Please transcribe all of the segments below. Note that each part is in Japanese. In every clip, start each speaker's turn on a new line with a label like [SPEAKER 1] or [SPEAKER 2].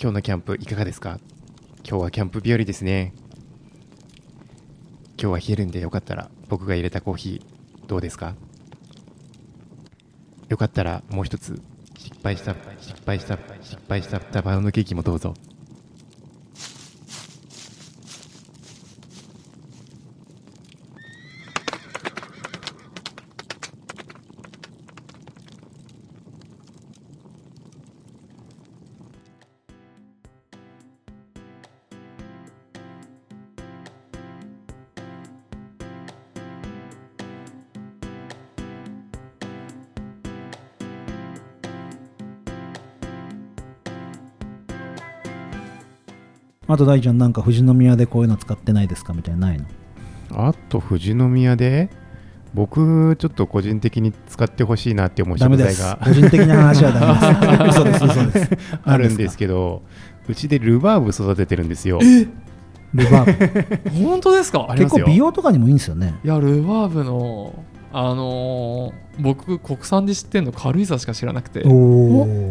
[SPEAKER 1] 今日のキャンプいかがですか今日はキャンプ日和ですね今日は冷えるんでよかったら僕が入れたコーヒーどうですかよかったらもう一つ失敗した失敗した失敗したダバウンドケーキもどうぞ
[SPEAKER 2] あと大ちゃんなんか富士宮でこういうの使ってないですかみたいなのないの
[SPEAKER 1] あと富士宮で僕ちょっと個人的に使ってほしいなって思う
[SPEAKER 2] ダメ
[SPEAKER 1] 食
[SPEAKER 2] で
[SPEAKER 1] 材
[SPEAKER 2] す
[SPEAKER 1] が
[SPEAKER 2] 個人的な話はダ メです嘘です嘘です
[SPEAKER 1] あるんですけどうちでルバーブ育ててるんですよ
[SPEAKER 2] ルバーブ
[SPEAKER 3] 本当ですか
[SPEAKER 1] ありま
[SPEAKER 2] 結
[SPEAKER 1] す
[SPEAKER 2] 構
[SPEAKER 1] よ
[SPEAKER 2] 美容とかにもいいんですよね
[SPEAKER 3] いやルバーブのあのー僕国産で知ってるの軽井沢しか知らなくて
[SPEAKER 2] お
[SPEAKER 1] で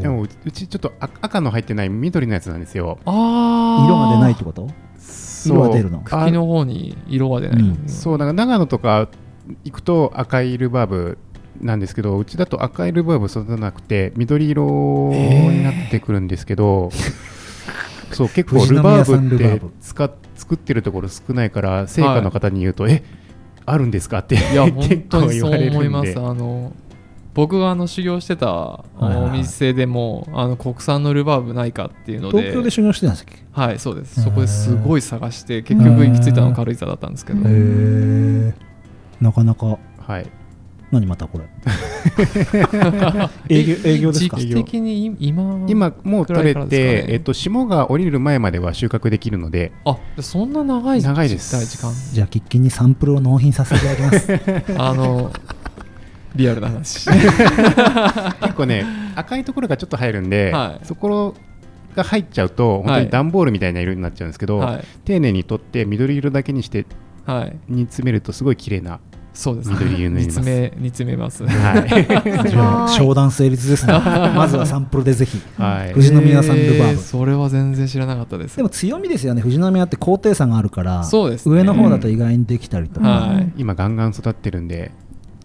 [SPEAKER 1] もううちちょっと赤赤の入ってない緑のやつなんですよ
[SPEAKER 3] ああ
[SPEAKER 2] 色が出ないってこと
[SPEAKER 1] そう
[SPEAKER 2] 色は出る
[SPEAKER 1] あ
[SPEAKER 2] の
[SPEAKER 3] 茎の方に色が出ない、
[SPEAKER 2] うん
[SPEAKER 1] そうなんか長野とか行くと赤いルバーブなんですけどうちだと赤いルバーブ育たなくて緑色になってくるんですけど、 そう結構
[SPEAKER 2] 富士
[SPEAKER 1] ル
[SPEAKER 2] 宮
[SPEAKER 1] バー
[SPEAKER 2] 産
[SPEAKER 1] ブっ
[SPEAKER 2] ルバ
[SPEAKER 1] て
[SPEAKER 2] ーブ
[SPEAKER 1] 使っ作ってるところ少ないから成果の方に言うと、えあるんですかって
[SPEAKER 3] い
[SPEAKER 1] 結
[SPEAKER 3] や本当
[SPEAKER 1] 構
[SPEAKER 3] に
[SPEAKER 1] 言
[SPEAKER 3] そ
[SPEAKER 1] わ
[SPEAKER 3] う
[SPEAKER 1] れる
[SPEAKER 3] 思い
[SPEAKER 1] ん
[SPEAKER 3] ま
[SPEAKER 1] です
[SPEAKER 3] あの僕があの修行してたあ
[SPEAKER 2] はいはい
[SPEAKER 3] のお店でも、あの国産のルバーブないかっていうので
[SPEAKER 2] 東京で修行してたんですっけへ
[SPEAKER 3] はいそうで
[SPEAKER 2] へ
[SPEAKER 3] す
[SPEAKER 2] ー
[SPEAKER 3] そこですごい探して結局行き着いたの軽井沢だったんですけど
[SPEAKER 2] えなかなか
[SPEAKER 1] はい
[SPEAKER 2] 何また これ営業営業ですか
[SPEAKER 3] 時期的にい今
[SPEAKER 1] 今もう取
[SPEAKER 3] くら
[SPEAKER 1] れ
[SPEAKER 3] いから
[SPEAKER 1] て
[SPEAKER 3] ですかね
[SPEAKER 1] えっと、霜が降りる前までは収穫できるので
[SPEAKER 3] あそんな長い
[SPEAKER 1] 長いです
[SPEAKER 3] 時間
[SPEAKER 2] じゃあ喫緊にサンプルを納品させていただきます
[SPEAKER 3] あのリアル な話
[SPEAKER 1] 結構ね赤いところがちょっと入るんで、
[SPEAKER 3] はい
[SPEAKER 1] そこが入っちゃうと本当に段ボールみたいな色になっちゃうんですけど、
[SPEAKER 3] はい
[SPEAKER 1] 丁寧に取って緑色だけにして
[SPEAKER 3] はい
[SPEAKER 1] 煮詰めるとすごい綺麗 な、
[SPEAKER 3] そうです
[SPEAKER 1] 緑色にな
[SPEAKER 3] 煮
[SPEAKER 1] ります
[SPEAKER 3] 詰め煮詰めます
[SPEAKER 1] はい
[SPEAKER 2] じゃあ商談成立ですねまずはサンプルでぜひ
[SPEAKER 1] はい
[SPEAKER 2] 富士宮産ルバーブ
[SPEAKER 3] えそれは全然知らなかったです
[SPEAKER 2] でも強みですよね富士宮って高低差があるから
[SPEAKER 3] そうですね
[SPEAKER 2] 上の方だと意外にできたりとか、
[SPEAKER 3] はい
[SPEAKER 1] 今ガンガン育ってるんで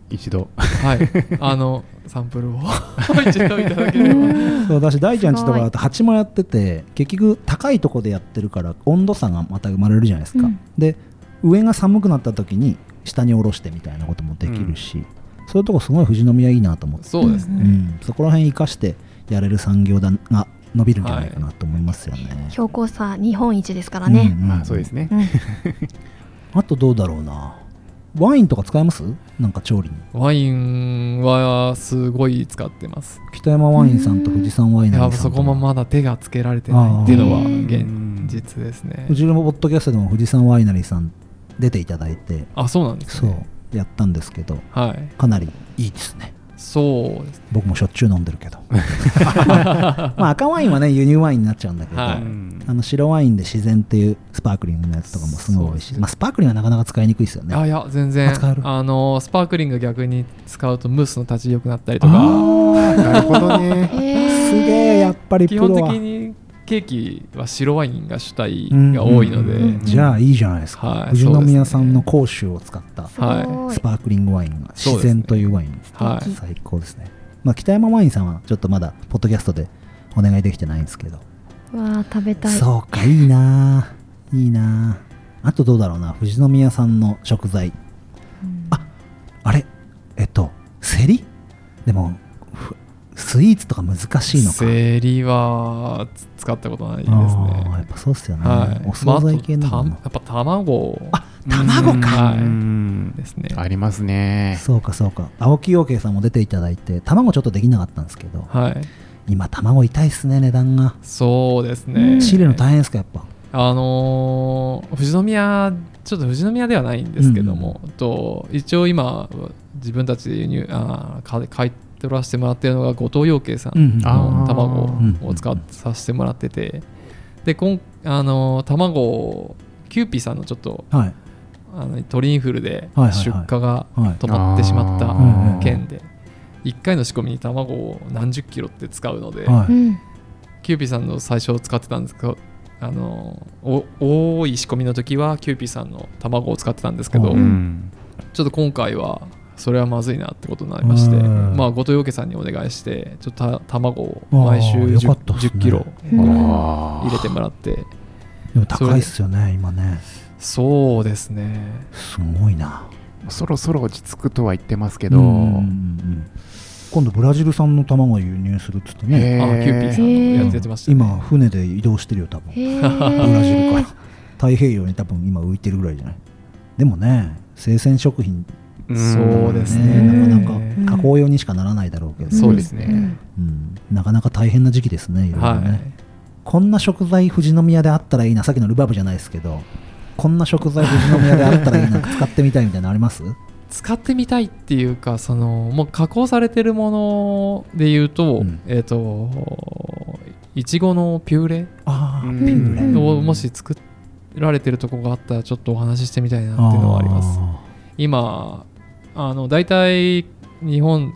[SPEAKER 1] 一度
[SPEAKER 3] はい、あのサンプルを 一度いただければ。
[SPEAKER 2] そうだし大ちゃんちとかだと蜂もやってて結局高いとこでやってるから温度差がまた生まれるじゃないですか、
[SPEAKER 4] うん
[SPEAKER 2] で上が寒くなった時に下に下ろしてみたいなこともできるし、そういうとこすごい富士宮いいなと思って、
[SPEAKER 3] そうです
[SPEAKER 2] う
[SPEAKER 3] ね。
[SPEAKER 2] ん、そこら辺生かしてやれる産業だが伸びるんじゃないかなと思いますよね、
[SPEAKER 4] 標高差日本一ですからね
[SPEAKER 2] う。ん
[SPEAKER 1] まあそうですね、
[SPEAKER 4] うん
[SPEAKER 2] あとどうだろうなワインとか使えますなんか調理に
[SPEAKER 3] ワインはすごい使ってます。
[SPEAKER 2] 北山ワインさんと富士山ワイ
[SPEAKER 3] い
[SPEAKER 2] ンさ
[SPEAKER 3] や
[SPEAKER 2] んと
[SPEAKER 3] そこもまだ手がつけられてないっていうのは現実ですね
[SPEAKER 2] う。ちのポッドキャストでも富士山ワイナリーさん出ていただいて
[SPEAKER 3] あ、そうなんです、
[SPEAKER 2] そう
[SPEAKER 3] ね。
[SPEAKER 2] やったんですけど
[SPEAKER 3] はい。
[SPEAKER 2] かなりいいですね
[SPEAKER 3] そうです。
[SPEAKER 2] 僕もしょっちゅう飲んでるけ ど まあ赤ワインはね輸入ワインになっちゃうんだけど、
[SPEAKER 3] はい
[SPEAKER 1] うん
[SPEAKER 2] あの白ワインで自然っていうスパークリングのやつとかもすごい美味し
[SPEAKER 3] そうです
[SPEAKER 2] い、
[SPEAKER 3] ね
[SPEAKER 2] まあ、スパークリングはなかなか使いにくいですよね
[SPEAKER 3] あいや全
[SPEAKER 2] あ
[SPEAKER 3] 然
[SPEAKER 2] 使える
[SPEAKER 3] あのスパークリング逆に使うとムースの立ち良くなったりとか
[SPEAKER 2] あ
[SPEAKER 1] なるほどね
[SPEAKER 2] ーすげえやっぱりプ
[SPEAKER 3] 基
[SPEAKER 2] ロ
[SPEAKER 3] 本的
[SPEAKER 2] は
[SPEAKER 3] にケーキは白ワインが主体が多いので、
[SPEAKER 2] うんうんうんじゃあいいじゃないですか、
[SPEAKER 3] はい
[SPEAKER 2] 富士
[SPEAKER 3] そうですね
[SPEAKER 2] 宮さんの甲州を使った
[SPEAKER 3] は
[SPEAKER 2] スパークリングワインが
[SPEAKER 3] そう
[SPEAKER 2] 自
[SPEAKER 3] ですね
[SPEAKER 2] 然というワイン、
[SPEAKER 3] は
[SPEAKER 4] 素敵
[SPEAKER 3] い
[SPEAKER 2] 最高ですね、まあ、北山ワインさんはちょっとまだポッドキャストでお願いできてないんですけど
[SPEAKER 4] い。わあ食べたい。
[SPEAKER 2] そうかいいなあいいなああとどうだろうな富士宮さんの食材
[SPEAKER 4] うん
[SPEAKER 2] あれえっとセリでもふスイーツとか難しいのか
[SPEAKER 3] セリはつ使ったことないですね
[SPEAKER 2] ああやっぱそうっすよね、
[SPEAKER 3] はい、
[SPEAKER 2] お惣菜系な
[SPEAKER 3] まあ
[SPEAKER 2] の
[SPEAKER 3] あ
[SPEAKER 2] かな、
[SPEAKER 3] とたやっぱ卵
[SPEAKER 2] あ卵か
[SPEAKER 3] は
[SPEAKER 1] う
[SPEAKER 3] い
[SPEAKER 1] ん
[SPEAKER 3] ですね
[SPEAKER 1] ありますね
[SPEAKER 2] そうかそうか青木陽慶さんも出ていただいて卵ちょっとできなかったんですけど
[SPEAKER 3] はい
[SPEAKER 2] 今卵痛いっすね値段が
[SPEAKER 3] そうですね
[SPEAKER 2] 仕入れるの大変ですかやっぱ
[SPEAKER 3] あのー富士宮ちょっと富士宮ではないんですけども、と一応今自分たちで輸入あーか買い取らせてもらってるのが後藤養鶏さん
[SPEAKER 2] うん
[SPEAKER 1] あ
[SPEAKER 3] の
[SPEAKER 1] ー
[SPEAKER 3] 卵を使
[SPEAKER 2] うん
[SPEAKER 3] っ
[SPEAKER 2] うん
[SPEAKER 3] させてもらっててでこん、あのー卵をキューピーさんのちょっと
[SPEAKER 2] はい
[SPEAKER 3] あの鳥インフルで
[SPEAKER 2] はいはいはい
[SPEAKER 3] 出荷が
[SPEAKER 2] はい
[SPEAKER 3] 止まってしまった
[SPEAKER 1] あ
[SPEAKER 2] ー
[SPEAKER 3] 件で1回の仕込みに卵を何十キロって使うの で、
[SPEAKER 2] は
[SPEAKER 4] う
[SPEAKER 2] い
[SPEAKER 4] ん
[SPEAKER 3] キューピーさんの最初使ってたんですけどあのお多い仕込みの時はキューピーさんの卵を使ってたんですけど、
[SPEAKER 2] うん
[SPEAKER 1] ん
[SPEAKER 3] ちょっと今回はそれはまずいなってことになりまして、
[SPEAKER 2] うん
[SPEAKER 3] まあ後藤陽家さんにお願いしてちょっとた卵を毎週
[SPEAKER 2] あー
[SPEAKER 3] 10,
[SPEAKER 2] よかったっすね
[SPEAKER 3] 10キロ
[SPEAKER 4] うん
[SPEAKER 1] あー
[SPEAKER 3] 入れてもらって
[SPEAKER 2] でも高いっすよね今ね
[SPEAKER 3] そうですね
[SPEAKER 2] すごいな
[SPEAKER 1] そろそろ落ち着くとは言ってますけど、
[SPEAKER 2] うんうんうんうん今度ブラジル産の卵を輸入するっつってね
[SPEAKER 3] あ
[SPEAKER 1] へー
[SPEAKER 3] ーキューピーさんのやつやってました、ね、
[SPEAKER 2] 今船で移動してるよ多分
[SPEAKER 4] へえ。
[SPEAKER 2] ブラジルから太平洋に多分今浮いてるぐらいじゃないでもね生鮮食品
[SPEAKER 3] そうですね
[SPEAKER 2] ねな
[SPEAKER 3] う
[SPEAKER 2] か
[SPEAKER 3] ん
[SPEAKER 2] なか加工用にしかならないだろうけど、
[SPEAKER 3] そうですね
[SPEAKER 4] うん
[SPEAKER 2] うんなかなか大変な時期ですねいろいろね、
[SPEAKER 3] はい
[SPEAKER 2] こんな食材富士宮であったらいいなさっきのルバーブじゃないですけどこんな食材富士宮であったらいいな使ってみたいみたいなのあります
[SPEAKER 3] 使ってみたいっていうかそのもう加工されてるもので言うと、
[SPEAKER 2] うん
[SPEAKER 3] えっ、といちごのピューレ
[SPEAKER 2] あ
[SPEAKER 1] う
[SPEAKER 2] あ
[SPEAKER 1] ん
[SPEAKER 2] ピューレ
[SPEAKER 4] うん
[SPEAKER 3] をもし作られてるとこがあったらちょっとお話ししてみたいなっていうのはあります
[SPEAKER 2] あ
[SPEAKER 3] 今あの大体日本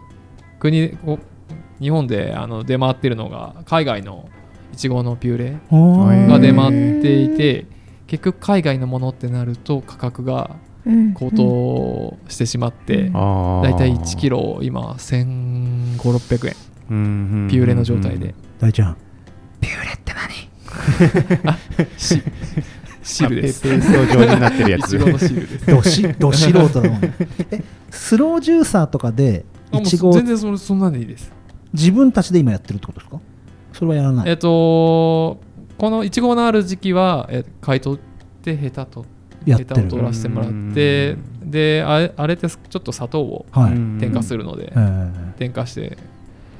[SPEAKER 3] 国こ日本であの出回ってるのが海外のいちごのピューレ
[SPEAKER 2] ーおー
[SPEAKER 3] が出回っていて結局海外のものってなると価格が
[SPEAKER 4] うん
[SPEAKER 3] 高騰してしまって大体1キ
[SPEAKER 1] ロ、
[SPEAKER 3] ロ今1500600円
[SPEAKER 1] うんうんうん
[SPEAKER 3] ピューレの状態で
[SPEAKER 2] 大ちゃん
[SPEAKER 3] し汁です
[SPEAKER 1] あペペースト状になってるや
[SPEAKER 3] い
[SPEAKER 1] つ
[SPEAKER 3] ちごの汁です
[SPEAKER 2] どしど素人だもんえスロージューサーとかで
[SPEAKER 3] あも
[SPEAKER 2] いうちごを
[SPEAKER 3] 全然それそんなんでいいです
[SPEAKER 2] 自分たちで今やってるってことですかそれはやらない
[SPEAKER 3] えっとこのいちごのある時期はえ買い取ってヘタ取
[SPEAKER 2] やって
[SPEAKER 3] ヘタを
[SPEAKER 2] る
[SPEAKER 3] 取らせてもらってであれあれってちょっと砂糖を
[SPEAKER 2] はい、
[SPEAKER 1] うん
[SPEAKER 3] 添加するので
[SPEAKER 2] えー
[SPEAKER 3] 添加して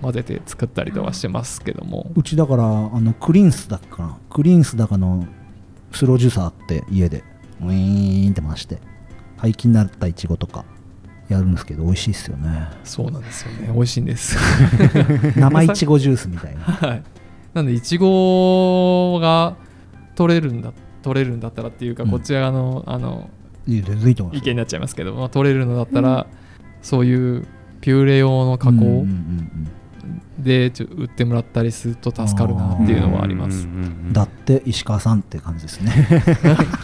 [SPEAKER 3] 混ぜて作ったりとかしてますけども
[SPEAKER 2] うちだからあのクリンスだっけかなクリンスだかのスロージューサーあって家でウィーンって回して廃棄になったイチゴとかやるんですけど美味しいっすよね
[SPEAKER 3] そうなんですよね美味しいんです
[SPEAKER 2] 生イチゴジュースみたいな
[SPEAKER 3] はいなんでいちごが取れるんだ取れるんだったらっていうか、
[SPEAKER 2] うん
[SPEAKER 3] こちらのあの
[SPEAKER 2] いや全然いいと思い
[SPEAKER 3] 意
[SPEAKER 2] ますよ
[SPEAKER 3] 見になっちゃいますけど、まあ、取れるのだったら、そういうピューレ用の加
[SPEAKER 2] うんうんうん
[SPEAKER 3] 工
[SPEAKER 2] うん
[SPEAKER 3] でちょ売ってもらったりすると助かるなっていうのはあります
[SPEAKER 1] うんうんうんうん
[SPEAKER 2] だって石川さんって感じですね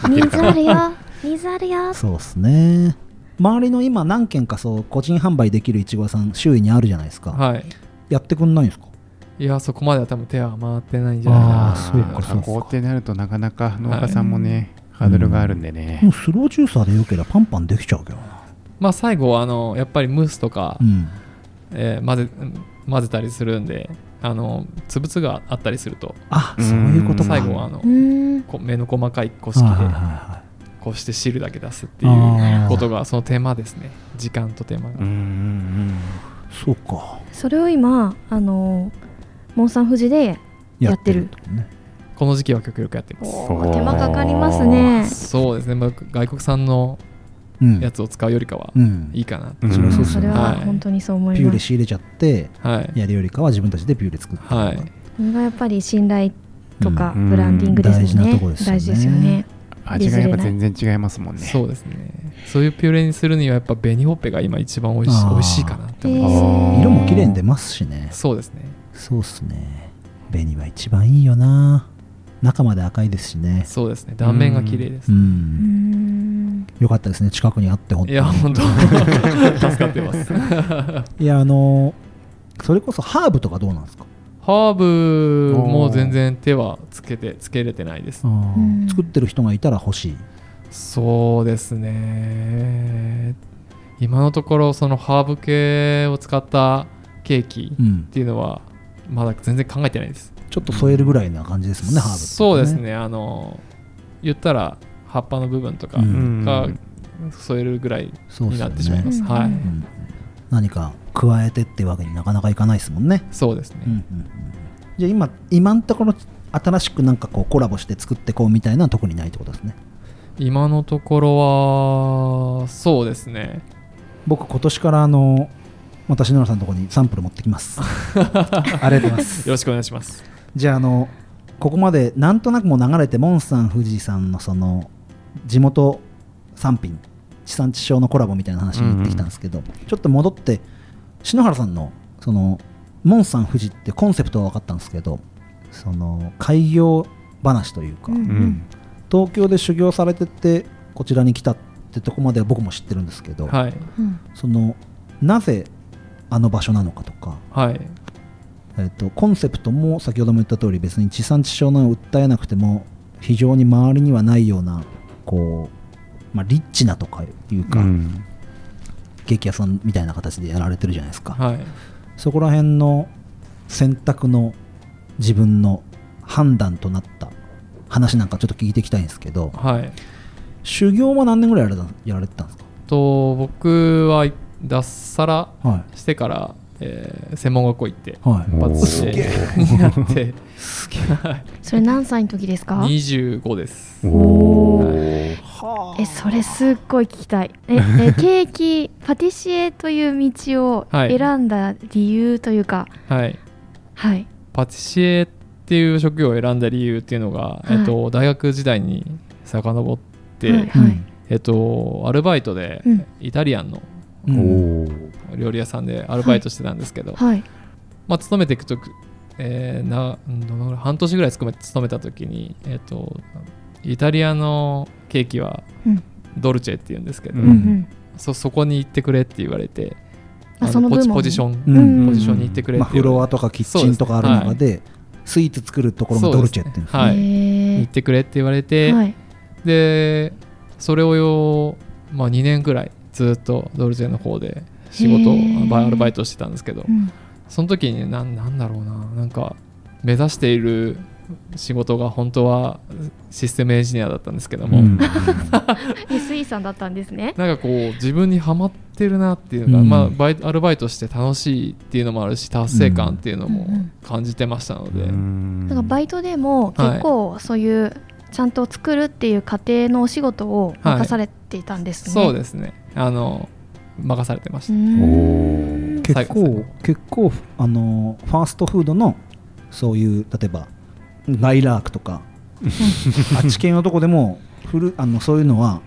[SPEAKER 4] 水あるよ。水あるよ。
[SPEAKER 2] そうっすね周りの今何軒かそう個人販売できるイチゴ屋さん周囲にあるじゃないですか、
[SPEAKER 3] はい
[SPEAKER 2] やってくんないんですか
[SPEAKER 3] いやそこまでは多分手は回ってないんじゃないかな
[SPEAKER 2] あーそうか
[SPEAKER 1] 加工ってなるとなかなか農家さんもね、ハードルがあるんでね、
[SPEAKER 2] もうスロージューサーでよければパンパンできちゃうけどな
[SPEAKER 3] まあ最後はあのやっぱりムースとか、
[SPEAKER 2] うん
[SPEAKER 3] えー混ぜ混ぜたりするんであのつぶつがあったりすると
[SPEAKER 2] あそういうことか
[SPEAKER 3] 最後はあの
[SPEAKER 4] うん。
[SPEAKER 3] こ目の細かいこし
[SPEAKER 2] はい
[SPEAKER 3] 器
[SPEAKER 2] はい
[SPEAKER 3] で
[SPEAKER 2] は
[SPEAKER 3] こうして汁だけ出すってい
[SPEAKER 2] あー
[SPEAKER 3] うことがその手間ですね時間と手間
[SPEAKER 1] うんうん
[SPEAKER 3] が
[SPEAKER 1] うん
[SPEAKER 2] いそうか
[SPEAKER 4] それを今あのモンサン富士でやって
[SPEAKER 2] や
[SPEAKER 4] る
[SPEAKER 2] ってるとね
[SPEAKER 3] この時期は極力やってます
[SPEAKER 4] おー手間かかりますね。
[SPEAKER 3] そうですね、まあ、外国産の
[SPEAKER 2] うん
[SPEAKER 3] やつを使うよりかは
[SPEAKER 2] うん
[SPEAKER 3] いいかな、
[SPEAKER 1] うん
[SPEAKER 2] それはそうっす
[SPEAKER 4] そ
[SPEAKER 2] ね
[SPEAKER 4] れ
[SPEAKER 3] は
[SPEAKER 4] はい本当にそう思い
[SPEAKER 2] ピュー
[SPEAKER 4] ま
[SPEAKER 2] レ
[SPEAKER 4] す。
[SPEAKER 2] 仕入れちゃって
[SPEAKER 3] はい
[SPEAKER 2] やるよりかは自分たちでピューレ作って
[SPEAKER 3] はい
[SPEAKER 4] それがやっぱり信頼とか
[SPEAKER 1] うん
[SPEAKER 4] ブランディングです
[SPEAKER 2] うん大事なと
[SPEAKER 4] ね
[SPEAKER 2] こですよね。
[SPEAKER 4] 大事ですよね。
[SPEAKER 1] 味がやっぱ全然違いますもんね
[SPEAKER 3] そうですねそういうピューレにするにはやっぱ紅ほっぺが今一番おいし
[SPEAKER 2] あー
[SPEAKER 3] 美味しいかなって思いま
[SPEAKER 1] あ
[SPEAKER 3] す、
[SPEAKER 1] ー
[SPEAKER 2] 色も綺麗に出ますしね
[SPEAKER 3] そうですね
[SPEAKER 2] そうっすね紅は一番いいよな中まで赤いですしね
[SPEAKER 3] そうですね断面が綺麗です
[SPEAKER 2] う
[SPEAKER 4] うんん。
[SPEAKER 2] よかったですね近くにあって本当
[SPEAKER 3] い
[SPEAKER 2] に
[SPEAKER 3] や本 当助かってます
[SPEAKER 2] いやあのそれこそハーブとかどうなんですか
[SPEAKER 3] ハーブも全然手はつけてつけれてないです
[SPEAKER 4] うん
[SPEAKER 2] 作ってる人がいたら欲しい
[SPEAKER 3] そうですね今のところそのハーブ系を使ったケーキ
[SPEAKER 2] うん
[SPEAKER 3] っていうのはまだ全然考えてないです
[SPEAKER 2] ちょっと添えるぐらいな感じですもんね、ハーブってね
[SPEAKER 3] そうですねあの言ったら葉っぱの部分とか
[SPEAKER 2] うん
[SPEAKER 3] が添えるぐらい
[SPEAKER 2] そうっ
[SPEAKER 3] に
[SPEAKER 2] す
[SPEAKER 3] な
[SPEAKER 2] よ
[SPEAKER 3] ってしまいま
[SPEAKER 2] ね、
[SPEAKER 3] す、
[SPEAKER 4] うん
[SPEAKER 3] はい
[SPEAKER 2] うん、何か加えてってわけになかなかいかないですもんね、
[SPEAKER 3] そうですね、
[SPEAKER 2] うんうんうん、じゃあ今今のところ新しくなんかこうコラボして作ってこうみたいなのは特にないってことですね
[SPEAKER 3] 今のところはそうですね
[SPEAKER 2] 僕今年からあの私のさんのところにサンプル持ってきます ありがとうございます
[SPEAKER 3] よろしくお願いします
[SPEAKER 2] じゃああのここまでなんとなくもう流れてモンさん富士さんのその地元産品地産地消のコラボみたいな話に行ってきたんですけど、ちょっと戻って篠原さんのそのモンさん富士ってコンセプトは分かったんですけどその開業話というか、
[SPEAKER 4] うん
[SPEAKER 1] うん
[SPEAKER 2] 東京で修行されててこちらに来たってとこまでは僕も知ってるんですけど、
[SPEAKER 3] はい
[SPEAKER 4] うん
[SPEAKER 2] そのなぜあの場所なのかとか、
[SPEAKER 3] はい
[SPEAKER 2] えっとコンセプトも先ほども言った通り別に地産地消のを訴えなくても非常に周りにはないようなこう、まあ、リッチなとかいう
[SPEAKER 1] う
[SPEAKER 2] か、
[SPEAKER 1] ん
[SPEAKER 2] ケーキ屋さんみたいな形でやられてるじゃないですか、
[SPEAKER 3] はい
[SPEAKER 2] そこら辺の選択の自分の判断となった話なんかちょっと聞いていきたいんですけど
[SPEAKER 3] はい
[SPEAKER 2] 修行は何年ぐらいやられたやられてたんですか
[SPEAKER 3] と僕は脱サラ
[SPEAKER 2] は
[SPEAKER 3] してから、えー専門学校行って
[SPEAKER 2] いはい
[SPEAKER 1] おー
[SPEAKER 3] バツ
[SPEAKER 1] すげ
[SPEAKER 3] でになってはい
[SPEAKER 4] それ何歳の時ですか
[SPEAKER 3] 25です
[SPEAKER 1] お
[SPEAKER 4] お
[SPEAKER 1] ー
[SPEAKER 4] えそれすっごい聞きたい ええケーキパティシエという道を
[SPEAKER 3] はい
[SPEAKER 4] 選んだ理由というか
[SPEAKER 3] はい
[SPEAKER 4] はい
[SPEAKER 3] パティシエっていう職業を選んだ理由っていうのが、
[SPEAKER 4] はい
[SPEAKER 3] えっと、大学時代に遡って、
[SPEAKER 4] はい
[SPEAKER 2] うん
[SPEAKER 4] はい
[SPEAKER 3] えっと、アルバイトで
[SPEAKER 4] うん
[SPEAKER 3] イタリアンの
[SPEAKER 2] う
[SPEAKER 1] お
[SPEAKER 2] ん
[SPEAKER 1] ー
[SPEAKER 3] 料理屋さんでアルバイトしてたんですけど、
[SPEAKER 4] はい
[SPEAKER 3] まあ、勤めていくと、えーなどのぐらい半年ぐらい勤め勤めた時に、えっと、イタリアのケーキは
[SPEAKER 4] うん
[SPEAKER 3] ドルチェっていうんですけど、
[SPEAKER 1] う
[SPEAKER 4] うんうん
[SPEAKER 3] そそこに行ってくれって言われて
[SPEAKER 4] あ
[SPEAKER 3] あ
[SPEAKER 4] その
[SPEAKER 3] ポジ
[SPEAKER 4] 部門
[SPEAKER 3] ポジション、
[SPEAKER 2] うんうん
[SPEAKER 3] ポジションに行ってくれっ
[SPEAKER 2] まあ、
[SPEAKER 3] て言われて
[SPEAKER 2] フロアとかキッチンとかある中でスイーツ作るところがドルチェっていうんですね
[SPEAKER 3] はい
[SPEAKER 4] へ
[SPEAKER 3] 行ってくれって言われて、
[SPEAKER 4] ーはい
[SPEAKER 3] でそれをよ、まあ、2年ぐらいずっとドルチェの方で仕事を
[SPEAKER 4] へー
[SPEAKER 3] バイアルバイトしてたんですけど
[SPEAKER 4] うん
[SPEAKER 3] その時になんなんだろうななんか目指している仕事が本当はシステムエンジニアだったんですけども、
[SPEAKER 2] うん
[SPEAKER 4] えスイさんだったんですね
[SPEAKER 3] なんかこう自分にはまってるなっていうのが、
[SPEAKER 2] うん
[SPEAKER 3] まあ、バイアルバイトして楽しいっていうのもあるし達成感っていうのも
[SPEAKER 4] うんうん
[SPEAKER 3] 感じてましたので、
[SPEAKER 1] うん
[SPEAKER 4] なんかバイトでも結構そういうちゃんと作るっていう過程のお仕事を任されていたんですね、
[SPEAKER 3] そうですすねあの任されてました、
[SPEAKER 1] お
[SPEAKER 2] 結
[SPEAKER 3] 最後
[SPEAKER 2] 構結構あのファーストフードのそういう例えばライラークとかあっち系のとこでもフルあのそういうのは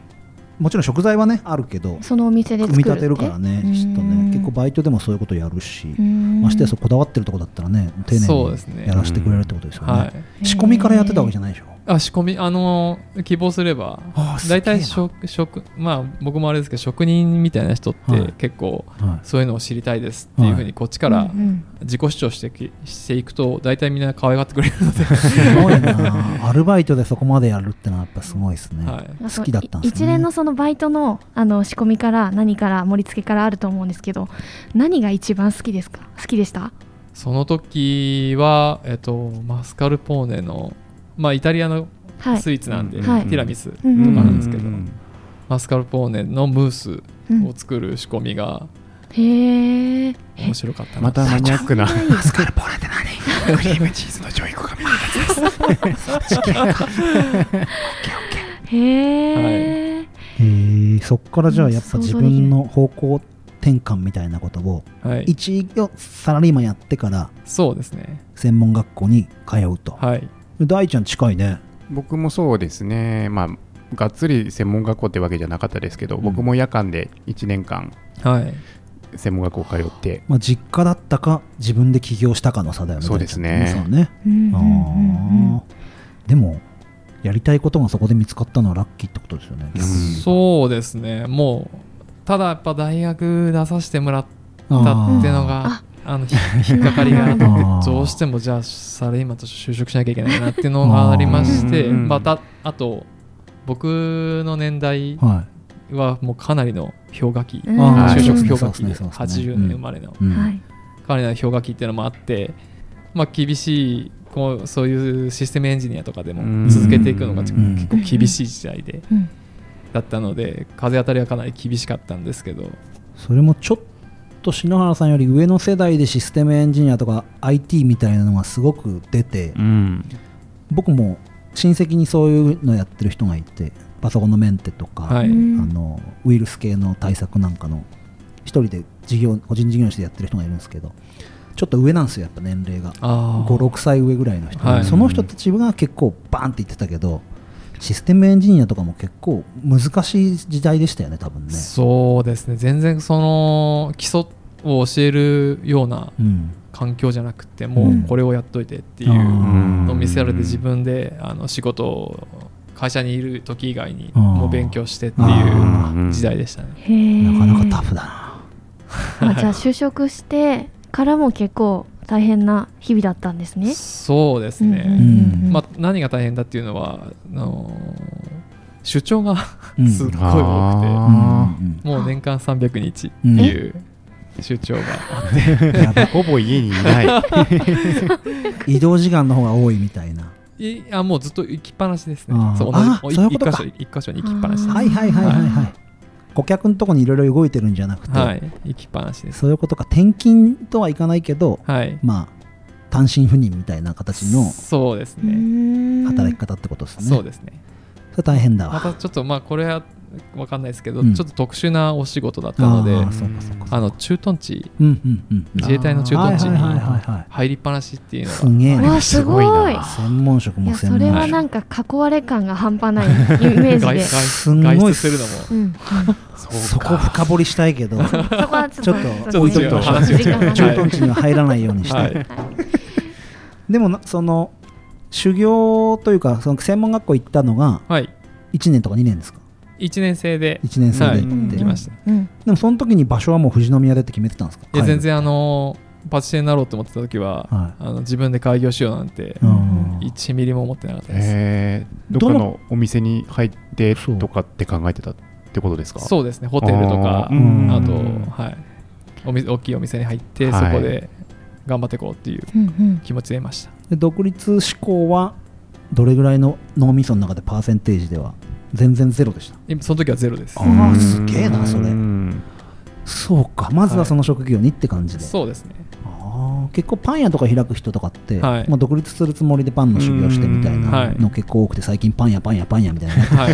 [SPEAKER 2] もちろん食材はねあるけど
[SPEAKER 4] そのお店で
[SPEAKER 2] 組
[SPEAKER 4] 作
[SPEAKER 2] み
[SPEAKER 4] るって
[SPEAKER 2] 立てるからね
[SPEAKER 4] うん
[SPEAKER 2] ちょっとね結構バイトでもそういうことやるし
[SPEAKER 4] うん
[SPEAKER 2] ましてやそうこだわってるとこだったらね丁
[SPEAKER 3] そう
[SPEAKER 2] 寧
[SPEAKER 3] ですね
[SPEAKER 2] にやらせてくれるってことですよ
[SPEAKER 3] は
[SPEAKER 2] ね
[SPEAKER 3] い
[SPEAKER 2] 仕込みからやってたわけじゃないでしょ
[SPEAKER 3] あ仕込みあの希望すれば
[SPEAKER 2] あー
[SPEAKER 3] 大体
[SPEAKER 2] すげえ
[SPEAKER 3] 職職まあ僕もあれですけど職人みたいな人っ
[SPEAKER 2] はい
[SPEAKER 3] て結構
[SPEAKER 2] なはい
[SPEAKER 3] そういうのを知りたいですっていうふう
[SPEAKER 2] は
[SPEAKER 3] にこっちから
[SPEAKER 4] うんうん
[SPEAKER 3] 自己主張してきしていくと大体みんな可愛がってくれるので、
[SPEAKER 2] すごいなアルバイトでそこまでやるってのはやっぱすごいですね
[SPEAKER 3] はい、
[SPEAKER 2] 好きだったんですね
[SPEAKER 4] 一連のそのバイトのあの仕込みから何から盛り付けからあると思うんですけど何が一番好きですか好きでした
[SPEAKER 3] その時は、えっと、マスカルポーネの、まあ、イタリアの
[SPEAKER 4] はい
[SPEAKER 3] スイーツなんで、
[SPEAKER 4] はい
[SPEAKER 3] ティラミス
[SPEAKER 4] うんうん
[SPEAKER 3] とかなんですけど、
[SPEAKER 1] うん
[SPEAKER 3] マスカルポーネのムース
[SPEAKER 4] うん
[SPEAKER 3] を作る仕込みが
[SPEAKER 4] へえ
[SPEAKER 3] 面白かったな
[SPEAKER 1] またマニアックな
[SPEAKER 2] マスカルポーネって何
[SPEAKER 1] クリームチーズのジョイコが
[SPEAKER 4] へえ
[SPEAKER 2] へえそこからじゃあやっぱ
[SPEAKER 4] うん
[SPEAKER 2] 自
[SPEAKER 4] 想像できない
[SPEAKER 2] 分の方向転換みたいなことを
[SPEAKER 3] はい、
[SPEAKER 2] 一応サラリーマンやってから
[SPEAKER 3] そうですね
[SPEAKER 2] 専門学校に通うと、
[SPEAKER 3] はい
[SPEAKER 2] 大ちゃん近いね
[SPEAKER 1] 僕もそうですねまあがっつり専門学校ってわけじゃなかったですけど、
[SPEAKER 2] うん
[SPEAKER 1] 僕も夜間で1年間
[SPEAKER 3] はい
[SPEAKER 1] 専門学校通って
[SPEAKER 2] まあ、実家だったか自分で起業したかの差だよね
[SPEAKER 1] そうですね
[SPEAKER 2] 大ちゃんってね
[SPEAKER 4] うんうん
[SPEAKER 2] そううん
[SPEAKER 4] うん
[SPEAKER 2] ねあーでもやりたいことがそこで見つかったのはラッキーってことですよね
[SPEAKER 1] うん
[SPEAKER 3] そうですねもうただやっぱ大学出させてもらったっていうのがあ
[SPEAKER 4] あ
[SPEAKER 3] のひ引っかかりがあって
[SPEAKER 2] なるほど
[SPEAKER 3] どうしてもじゃあサラリーマンとして就職しなきゃいけないなっていうのがありまし
[SPEAKER 1] あ
[SPEAKER 3] て
[SPEAKER 1] ーうん
[SPEAKER 3] またあと僕の年代
[SPEAKER 2] あーは
[SPEAKER 3] はもうかなりの氷河期
[SPEAKER 4] うん
[SPEAKER 2] あー
[SPEAKER 3] 就職氷
[SPEAKER 2] そう
[SPEAKER 3] 河
[SPEAKER 2] です
[SPEAKER 3] 期
[SPEAKER 2] ねそうですね
[SPEAKER 3] 80年生まれの
[SPEAKER 2] い、うん
[SPEAKER 4] はい
[SPEAKER 3] かなりの氷河期っていうのもあってまあ厳しいこうそういうシステムエンジニアとかで
[SPEAKER 1] うん
[SPEAKER 3] も続けていくのが結
[SPEAKER 2] うん
[SPEAKER 3] 構厳しい時代で
[SPEAKER 4] うん
[SPEAKER 3] だったので風当たりはかなり厳しかったんですけど
[SPEAKER 2] それもちょっと篠原さんより上の世代でシステムエンジニアとか IT みたいなのがすごく出て、
[SPEAKER 1] うん
[SPEAKER 2] 僕も親戚にそういうのやってる人がいてパソコンのメンテとか、
[SPEAKER 3] はい
[SPEAKER 4] うん
[SPEAKER 2] あのウイルス系の対策なんかの一人で事業個人事業主でやってる人がいるんですけどちょっと上なんですよやっぱ年齢が
[SPEAKER 3] あー
[SPEAKER 2] 56歳上ぐらいの人、
[SPEAKER 3] はい
[SPEAKER 2] その人たちが結構バーンって言ってたけどシステムエンジニアとかも結構難しい時代でしたよね多分ね、
[SPEAKER 3] そうですね全然その基礎を教えるような
[SPEAKER 2] うん、
[SPEAKER 3] 環環境じゃなくてもうこれをやっといてっていう
[SPEAKER 2] うん
[SPEAKER 3] のを見せられて自分であの仕事を会社にいる時以外に
[SPEAKER 2] うん
[SPEAKER 3] もう勉強してっていう
[SPEAKER 2] あ
[SPEAKER 3] 時代でしたね。
[SPEAKER 4] へえ
[SPEAKER 2] なかなかタフだな
[SPEAKER 4] あじゃあ就職してからも結構大変な日々だったんですね。
[SPEAKER 3] そうです
[SPEAKER 4] うん
[SPEAKER 3] ね、
[SPEAKER 4] うんうん
[SPEAKER 3] まあ、何が大変だっていうのはあの主張が
[SPEAKER 2] うん
[SPEAKER 3] すっごい多くて、
[SPEAKER 1] あ
[SPEAKER 2] うん
[SPEAKER 3] もう年間300日って
[SPEAKER 2] うん
[SPEAKER 3] いう主張があって
[SPEAKER 2] やばい
[SPEAKER 1] ほぼ家にいない。
[SPEAKER 2] 移動時間の方が多いみたいな
[SPEAKER 3] いやもうずっと行きっぱなしですね
[SPEAKER 2] あー。
[SPEAKER 3] そう
[SPEAKER 2] あー
[SPEAKER 3] 同じ
[SPEAKER 2] そういう
[SPEAKER 3] 一
[SPEAKER 2] こと
[SPEAKER 3] 箇
[SPEAKER 2] か
[SPEAKER 3] 所一箇所に行きっぱなしです。
[SPEAKER 2] はいはいはいはいはい顧客のとこにいろいろ動いてるんじゃなくて、
[SPEAKER 3] はい、行きっぱなしです。
[SPEAKER 2] そういうことか転勤とはいかないけど
[SPEAKER 3] はい。
[SPEAKER 2] まあ単身赴任みたいな形の
[SPEAKER 3] そうです
[SPEAKER 4] うー
[SPEAKER 3] ね。
[SPEAKER 4] ん
[SPEAKER 2] 働き方ってことですね、
[SPEAKER 3] そうですね。
[SPEAKER 2] それ大変だわ、
[SPEAKER 3] またちょっとまあこれはわかんないですけど、
[SPEAKER 2] うん
[SPEAKER 3] ちょっと特殊なお仕事だったので、
[SPEAKER 2] あ
[SPEAKER 3] あ
[SPEAKER 2] ーそうかそうかそうか
[SPEAKER 3] の駐屯地
[SPEAKER 2] うんうんうん
[SPEAKER 3] 自衛隊の駐
[SPEAKER 2] は
[SPEAKER 3] 屯
[SPEAKER 2] い
[SPEAKER 3] 地
[SPEAKER 2] はいはいはい
[SPEAKER 3] に
[SPEAKER 2] はい
[SPEAKER 3] 入りっぱなしっていうの
[SPEAKER 2] すげえ
[SPEAKER 4] う
[SPEAKER 2] な
[SPEAKER 4] わすごい
[SPEAKER 1] すごいな
[SPEAKER 2] 専門職
[SPEAKER 4] い
[SPEAKER 2] も
[SPEAKER 4] や
[SPEAKER 2] 専門
[SPEAKER 4] それ
[SPEAKER 2] 職
[SPEAKER 4] はなんか囲われ感が半端ないイメージ
[SPEAKER 3] が外
[SPEAKER 4] で。
[SPEAKER 2] す
[SPEAKER 3] 外
[SPEAKER 2] んごい
[SPEAKER 3] 外出するのも
[SPEAKER 4] うん うん、
[SPEAKER 2] そこ深掘りしたいけど駐
[SPEAKER 4] そこはちょっと
[SPEAKER 2] ちょっとちょっと
[SPEAKER 3] 話を
[SPEAKER 4] 時間がない
[SPEAKER 3] ちょっと
[SPEAKER 2] 屯地 には入らないようにして、
[SPEAKER 3] はい
[SPEAKER 2] でもなその修行というかその専門学校行ったのが
[SPEAKER 3] はい
[SPEAKER 2] 1年とか2年ですか
[SPEAKER 3] 一年生で
[SPEAKER 2] 1年生
[SPEAKER 3] は
[SPEAKER 2] で
[SPEAKER 3] い
[SPEAKER 2] 行って、
[SPEAKER 3] 行きました。
[SPEAKER 4] うん
[SPEAKER 2] でもその時に場所はもう富士宮でって決めてたんですか
[SPEAKER 3] いや全然あ
[SPEAKER 2] の、
[SPEAKER 3] のパティシエになろうと思ってた時は、
[SPEAKER 2] は
[SPEAKER 3] あの自分で開業しようなんて
[SPEAKER 2] うん
[SPEAKER 3] 1ミリも思ってなかったです。
[SPEAKER 1] えー、どっかのお店に入ってとかって考えてたってことですか
[SPEAKER 3] そうですね、ホテルとか、
[SPEAKER 1] あー
[SPEAKER 2] うん
[SPEAKER 3] あと、はい、おみ大きいお店に入って、そ
[SPEAKER 1] はい
[SPEAKER 3] こで頑張っていこうっていう
[SPEAKER 4] うんうん
[SPEAKER 3] 気持ちでいました。
[SPEAKER 2] で独立志向はどれぐらいの脳みその中でパーセンテージでは全然ゼロでした
[SPEAKER 3] 今その時はゼロです。
[SPEAKER 2] あーすげえなそれ
[SPEAKER 1] うん
[SPEAKER 2] そうかまずはその職業にって感じで、
[SPEAKER 3] そうですね。
[SPEAKER 2] あー結構パン屋とか開く人とかって、
[SPEAKER 3] はい
[SPEAKER 2] まあ、独立するつもりでパンの修行してみたい
[SPEAKER 3] うんは
[SPEAKER 2] ないの結構多くて最近パン屋パン屋パン屋みたい な、
[SPEAKER 3] はい、い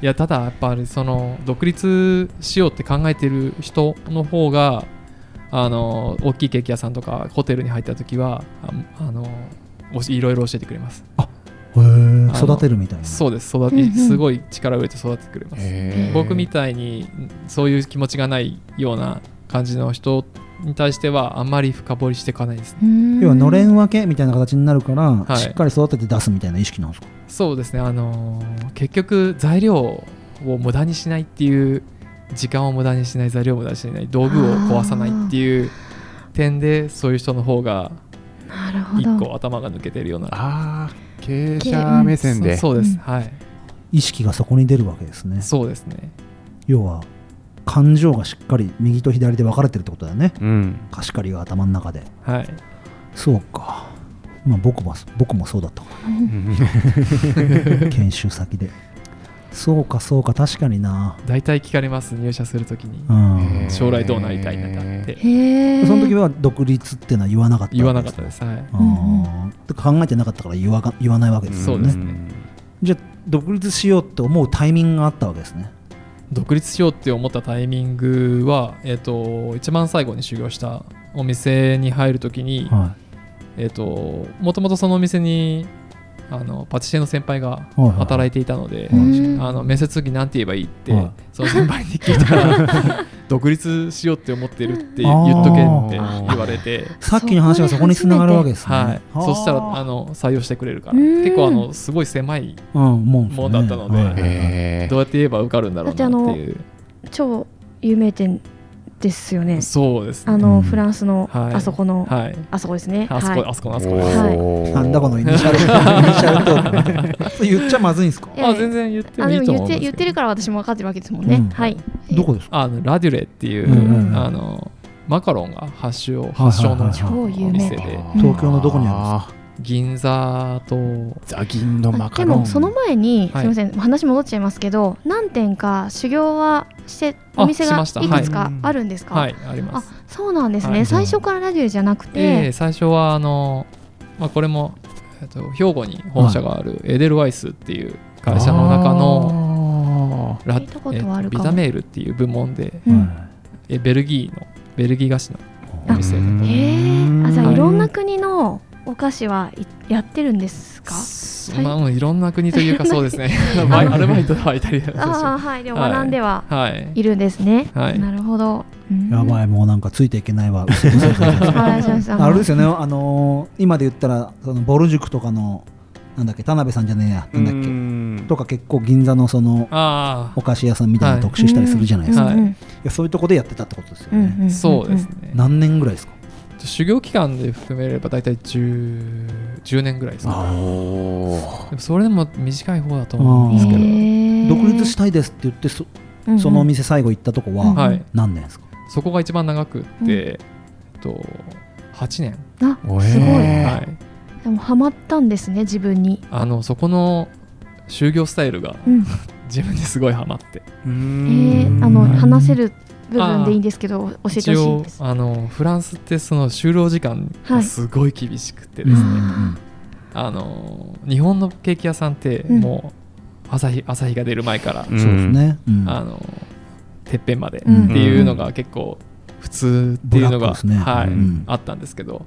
[SPEAKER 3] やただやっぱりその独立しようって考えてる人の方があの大きいケーキ屋さんとかホテルに入った時はああのおしいろいろ教えてくれます。あの
[SPEAKER 2] 育てるみたいな
[SPEAKER 3] そうです育
[SPEAKER 4] うんうん
[SPEAKER 3] てすごい力を入れて育ててくれます。
[SPEAKER 1] へー
[SPEAKER 3] 僕みたいにそういう気持ちがないような感じの人に対してはあんまり深掘りしていかないですね
[SPEAKER 4] うん
[SPEAKER 2] 要はのれん分けみたいな形になるから、
[SPEAKER 3] い
[SPEAKER 2] しっかり育てて出すみたいな意識なんですか
[SPEAKER 3] そうですねあのー結局材料を無駄にしないっていう時間を無駄にしない材料を無駄にしない道具を壊さないっていう点でそういう人の方が
[SPEAKER 4] なるほ
[SPEAKER 3] 一
[SPEAKER 4] ど。
[SPEAKER 3] 個頭が抜けてるような
[SPEAKER 1] あー経営者目線で
[SPEAKER 3] そそうです、
[SPEAKER 4] うん
[SPEAKER 3] はい
[SPEAKER 2] 意識がそこに出るわけですね
[SPEAKER 3] そうですね
[SPEAKER 2] 要は感情がしっかり右と左で分かれてるってことだよね
[SPEAKER 1] うん
[SPEAKER 2] 貸し借りが頭の中で
[SPEAKER 3] はい
[SPEAKER 2] そうかまあ僕も僕もそうだったかな研修先でそうかそうか確かにな
[SPEAKER 3] 大体聞かれます入社するときに
[SPEAKER 2] うん、
[SPEAKER 1] へー
[SPEAKER 3] 将来どうなりたいんだって
[SPEAKER 4] へえ。
[SPEAKER 2] その時は独立っていうのは言わなかった
[SPEAKER 3] 言わなかったですはい
[SPEAKER 2] あーと考えてなかったから言わか言わないわけです
[SPEAKER 3] そ
[SPEAKER 2] よ
[SPEAKER 3] うで
[SPEAKER 2] ね
[SPEAKER 3] すね
[SPEAKER 2] じゃあ独立しようって思うタイミングがあったわけですね
[SPEAKER 3] 独立しようって思ったタイミングは、えっと一番最後に修行したお店に入るときに、
[SPEAKER 2] は
[SPEAKER 3] えっともともとそのお店にあのパティシエの先輩が
[SPEAKER 2] いはい
[SPEAKER 3] 働いていたので、
[SPEAKER 4] うん
[SPEAKER 3] あの面接時なんて言えばいいって、
[SPEAKER 2] はい
[SPEAKER 3] その先輩に聞いたら独立しようって思ってるって言っとけって言われて。
[SPEAKER 2] さっきの話がそこにつながるわけですね
[SPEAKER 3] はい、そしたらあ
[SPEAKER 2] の、
[SPEAKER 3] の採用してくれるから
[SPEAKER 4] うん
[SPEAKER 3] 結構あのすごい狭い
[SPEAKER 2] うん、もう
[SPEAKER 3] もんだったので
[SPEAKER 2] はいはいはい
[SPEAKER 1] へ
[SPEAKER 3] どうやって言えば受かるんだろうなっていう
[SPEAKER 4] 超有名店ですよね。
[SPEAKER 3] そうです
[SPEAKER 4] あ
[SPEAKER 3] ね
[SPEAKER 4] の、
[SPEAKER 2] うん
[SPEAKER 4] フランスの
[SPEAKER 3] はい
[SPEAKER 4] あそこの、
[SPEAKER 3] はい
[SPEAKER 4] あそこですね。
[SPEAKER 3] あそこ、
[SPEAKER 4] はい
[SPEAKER 3] あそこのあそこです
[SPEAKER 1] ー
[SPEAKER 2] なんだこのイニシャルイニシャルトークそれ言っちゃまずいんですか
[SPEAKER 4] いや
[SPEAKER 3] あ全然言って
[SPEAKER 4] あ
[SPEAKER 3] もい
[SPEAKER 4] で
[SPEAKER 3] い
[SPEAKER 4] も
[SPEAKER 3] と思
[SPEAKER 4] 言
[SPEAKER 3] う
[SPEAKER 4] っ
[SPEAKER 3] んですけど
[SPEAKER 4] て言ってるから私も分かってるわけですもんね。
[SPEAKER 2] うん
[SPEAKER 4] はい。
[SPEAKER 2] どこですか
[SPEAKER 3] あのラデュレっていう、
[SPEAKER 2] うんうん
[SPEAKER 3] あのマカロンが発祥
[SPEAKER 2] はい
[SPEAKER 3] 発祥の
[SPEAKER 4] 超有
[SPEAKER 3] お
[SPEAKER 4] 名
[SPEAKER 3] 店で、
[SPEAKER 4] 店。
[SPEAKER 2] 東京のどこにあ
[SPEAKER 1] るんですか
[SPEAKER 3] 銀座と
[SPEAKER 1] ザギンのマ
[SPEAKER 4] で
[SPEAKER 1] カロン
[SPEAKER 4] もその前に、
[SPEAKER 3] はい
[SPEAKER 4] すみません話戻っちゃいますけど何店か修行はしてお店が
[SPEAKER 3] あし
[SPEAKER 4] い
[SPEAKER 3] ま
[SPEAKER 4] く
[SPEAKER 3] した
[SPEAKER 4] つかあるんですか、
[SPEAKER 3] はいあり
[SPEAKER 4] あ
[SPEAKER 3] ます。
[SPEAKER 4] そうなんです
[SPEAKER 3] は
[SPEAKER 4] ね、
[SPEAKER 3] い
[SPEAKER 4] 最初からラデュエじゃなく
[SPEAKER 3] で
[SPEAKER 4] て、
[SPEAKER 3] 最初はあのまあこれもえっと兵庫に本社があるエデルワイスっていう会社の中の
[SPEAKER 1] の
[SPEAKER 3] ラ
[SPEAKER 4] 聞いたことはあるか
[SPEAKER 3] ビ
[SPEAKER 4] も
[SPEAKER 3] タメールっていう部門で
[SPEAKER 4] うん
[SPEAKER 3] えベルギーのベルギー菓子のお
[SPEAKER 4] あ
[SPEAKER 3] 店
[SPEAKER 4] へえあじゃあ
[SPEAKER 3] はい
[SPEAKER 4] いろんな国のお菓子はいやってるんですか、
[SPEAKER 3] そまあうんいろんな国というかそうですねバ イアルバイトはいたりだ
[SPEAKER 4] ああはいでも学んでは
[SPEAKER 3] はい
[SPEAKER 4] いるんですね、
[SPEAKER 3] はい
[SPEAKER 4] なるほど、うん
[SPEAKER 2] やばいもうなんかついていけないわ嘘嘘嘘嘘
[SPEAKER 4] 素晴らしいです
[SPEAKER 2] あれですよね、あのー今で言ったらそのボル塾とかのなんだっけ田辺さんじゃねえやなんだっけ、
[SPEAKER 1] け
[SPEAKER 2] とか結構銀座のその
[SPEAKER 3] あ
[SPEAKER 2] お菓子屋さんみたいなの
[SPEAKER 3] はい
[SPEAKER 2] 特集したりするじゃないですか、
[SPEAKER 3] はい
[SPEAKER 4] うんうん
[SPEAKER 2] いやそういうとこでやってたってことですよ
[SPEAKER 4] うん
[SPEAKER 2] ね、
[SPEAKER 4] んん
[SPEAKER 3] あそうですね
[SPEAKER 2] 何年ぐらいですか
[SPEAKER 3] 修行期間で含めれば大体 10, 10年ぐらいですね
[SPEAKER 1] お
[SPEAKER 3] でもそれでも短い方だと思うんですけ
[SPEAKER 2] あ
[SPEAKER 3] ど、
[SPEAKER 4] へー
[SPEAKER 2] 独立したいですって言ってそ
[SPEAKER 4] うんうん
[SPEAKER 2] そのお店最後行ったとこ
[SPEAKER 4] うん
[SPEAKER 2] は
[SPEAKER 3] はい
[SPEAKER 2] 何年ですか、
[SPEAKER 3] そこが一番長くって、
[SPEAKER 4] うん
[SPEAKER 3] えっと、8年、
[SPEAKER 4] あ
[SPEAKER 1] おえー
[SPEAKER 4] すごい、
[SPEAKER 1] え
[SPEAKER 3] はい、
[SPEAKER 4] でもハマったんですね自分に、
[SPEAKER 3] あのそこの就業スタイルが
[SPEAKER 4] うん
[SPEAKER 3] 自分ですごいハマって
[SPEAKER 4] えー、あの話せる部分でいいんですけど教えてほし
[SPEAKER 3] 一
[SPEAKER 4] い
[SPEAKER 3] 応
[SPEAKER 4] です
[SPEAKER 3] あのフランスってその就労時間
[SPEAKER 4] は
[SPEAKER 3] が
[SPEAKER 4] い
[SPEAKER 3] すごい厳しくて
[SPEAKER 2] う
[SPEAKER 3] ですね、
[SPEAKER 2] ん
[SPEAKER 3] あの日本のケーキ屋さんって
[SPEAKER 4] うん
[SPEAKER 3] もう朝日朝日が出る前から、
[SPEAKER 1] うん
[SPEAKER 2] そうですね、うん
[SPEAKER 3] あのてっぺんまでって
[SPEAKER 4] うん
[SPEAKER 3] いうのが結構普通っていうの
[SPEAKER 2] ブラック
[SPEAKER 3] が、
[SPEAKER 2] ですね
[SPEAKER 3] はい
[SPEAKER 2] うん
[SPEAKER 3] あったんですけど